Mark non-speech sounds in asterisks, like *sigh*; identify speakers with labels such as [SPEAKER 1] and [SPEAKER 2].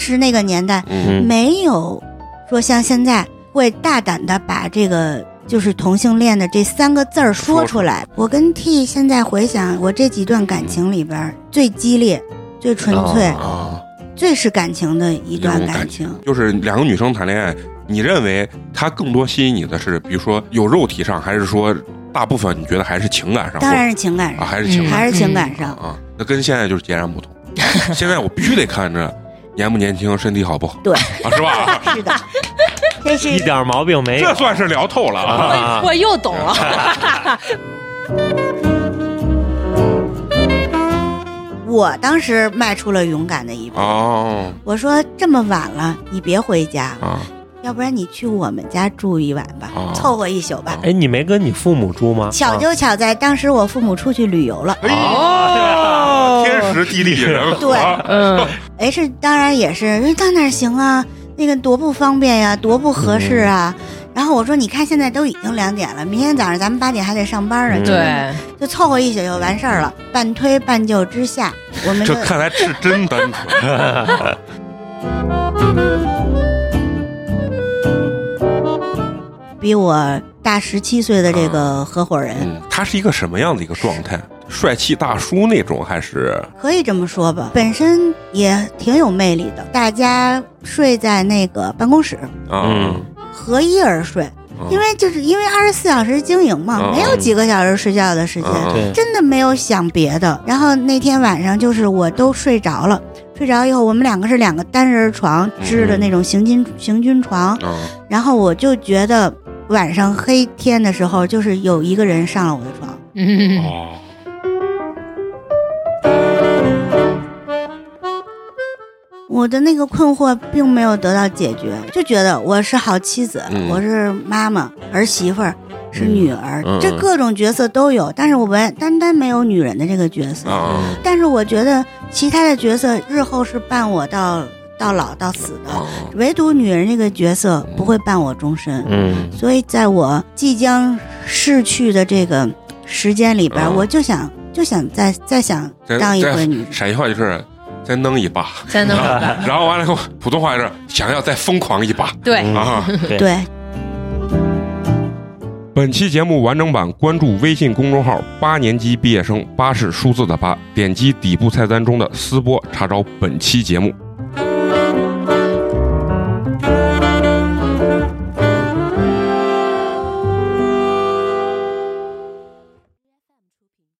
[SPEAKER 1] 时那个年代
[SPEAKER 2] 嗯
[SPEAKER 1] 没有说像现在会大胆的把这个就是同性恋的这三个字儿说出来。我跟 T 现在回想，我这几段感情里边儿最激烈、最纯粹、
[SPEAKER 2] 啊，
[SPEAKER 1] 最是感情的一段
[SPEAKER 2] 有感
[SPEAKER 1] 感情。
[SPEAKER 2] 嗯就是两个女生谈恋爱，你认为她更多吸引你的是，比如说有肉体上，还是说大部分你觉得还是情感上？
[SPEAKER 1] 当然是情感
[SPEAKER 2] 啊，
[SPEAKER 1] 上，
[SPEAKER 2] 还是情感
[SPEAKER 1] 还是情感
[SPEAKER 2] 上
[SPEAKER 1] 上。
[SPEAKER 2] 啊，那跟现在就是截然不同。 *laughs* 现在我必须得看着年不年轻，身体好不好，
[SPEAKER 1] 对，
[SPEAKER 2] *laughs* 啊，是吧？
[SPEAKER 1] *laughs* 是的，这
[SPEAKER 3] 一
[SPEAKER 1] 是
[SPEAKER 3] 点毛病没有
[SPEAKER 2] 这。算是聊透了啊。
[SPEAKER 3] 哎啊
[SPEAKER 4] *laughs* 我又懂了。
[SPEAKER 1] 我当时迈出了勇敢的一步。
[SPEAKER 2] 哦
[SPEAKER 1] 我说这么晚了，你别回家，
[SPEAKER 2] 啊，
[SPEAKER 1] 要不然你去我们家住一晚吧，
[SPEAKER 2] 哦
[SPEAKER 1] 凑合一宿吧。
[SPEAKER 3] 哎，你没跟你父母住
[SPEAKER 2] 啊
[SPEAKER 3] 吗？啊
[SPEAKER 1] 巧就巧在当时我父母出去旅游了。
[SPEAKER 3] 哎哦
[SPEAKER 2] 啊天时地利人和，
[SPEAKER 1] 对
[SPEAKER 2] 啊
[SPEAKER 4] 嗯，
[SPEAKER 1] H 当然也是，因为到哪儿行啊？那个多不方便呀、多不合适啊。
[SPEAKER 2] 嗯
[SPEAKER 1] 然后我说，你看现在都已经两点了，明天早上咱们八点还得上班呢，
[SPEAKER 3] 嗯
[SPEAKER 4] 对，
[SPEAKER 1] 就凑合一宿就完事儿了。半推半就之下，我们
[SPEAKER 2] 这
[SPEAKER 1] 就
[SPEAKER 2] 看来是真单
[SPEAKER 3] *laughs*
[SPEAKER 2] 纯。
[SPEAKER 1] 比我大十七岁的这个合伙人，
[SPEAKER 2] 啊嗯，他是一个什么样的一个状态？帅气大叔那种，还是
[SPEAKER 1] 可以这么说吧，本身也挺有魅力的。大家睡在那个办公室，
[SPEAKER 2] 啊？
[SPEAKER 3] 嗯
[SPEAKER 1] 合衣而睡，
[SPEAKER 2] 啊
[SPEAKER 1] 因为就是因为二十四小时经营嘛，
[SPEAKER 2] 嗯
[SPEAKER 1] 没有几个小时睡觉的时间。
[SPEAKER 2] 嗯
[SPEAKER 3] 对，
[SPEAKER 1] 真的没有想别的。然后那天晚上就是我都睡着了，睡着以后我们两个是两个单人床支的那种行军行军床，
[SPEAKER 2] 嗯
[SPEAKER 1] 然后我就觉得晚上黑天的时候，就是有一个人上了我的床，
[SPEAKER 4] 嗯，
[SPEAKER 2] 哦，
[SPEAKER 1] 我的那个困惑并没有得到解决，就觉得我是好妻子，
[SPEAKER 2] 嗯
[SPEAKER 1] 我是妈妈、儿媳妇儿。是女儿，
[SPEAKER 2] 嗯嗯
[SPEAKER 1] 这各种角色都有，但是我们单单没有女人的这个角色。
[SPEAKER 2] 啊
[SPEAKER 1] 但是我觉得其他的角色日后是伴我到到老到死的，
[SPEAKER 2] 啊
[SPEAKER 1] 唯独女人这个角色
[SPEAKER 2] 嗯
[SPEAKER 1] 不会伴我终身。
[SPEAKER 3] 嗯
[SPEAKER 1] 所以在我即将逝去的这个时间里边，
[SPEAKER 2] 嗯
[SPEAKER 1] 我就想就想再再想
[SPEAKER 2] 再
[SPEAKER 1] 当一回女人
[SPEAKER 2] 再。陕西话就是再弄一把，
[SPEAKER 4] 真的，
[SPEAKER 2] 然后完了以后，普通话就是想要再疯狂一把
[SPEAKER 4] 对，
[SPEAKER 2] 啊。
[SPEAKER 3] 对
[SPEAKER 1] 对，
[SPEAKER 2] 本期节目完整版关注微信公众号“八年级毕业生”，八是数字的八，点击底部菜单中的“私播”查找本期节目。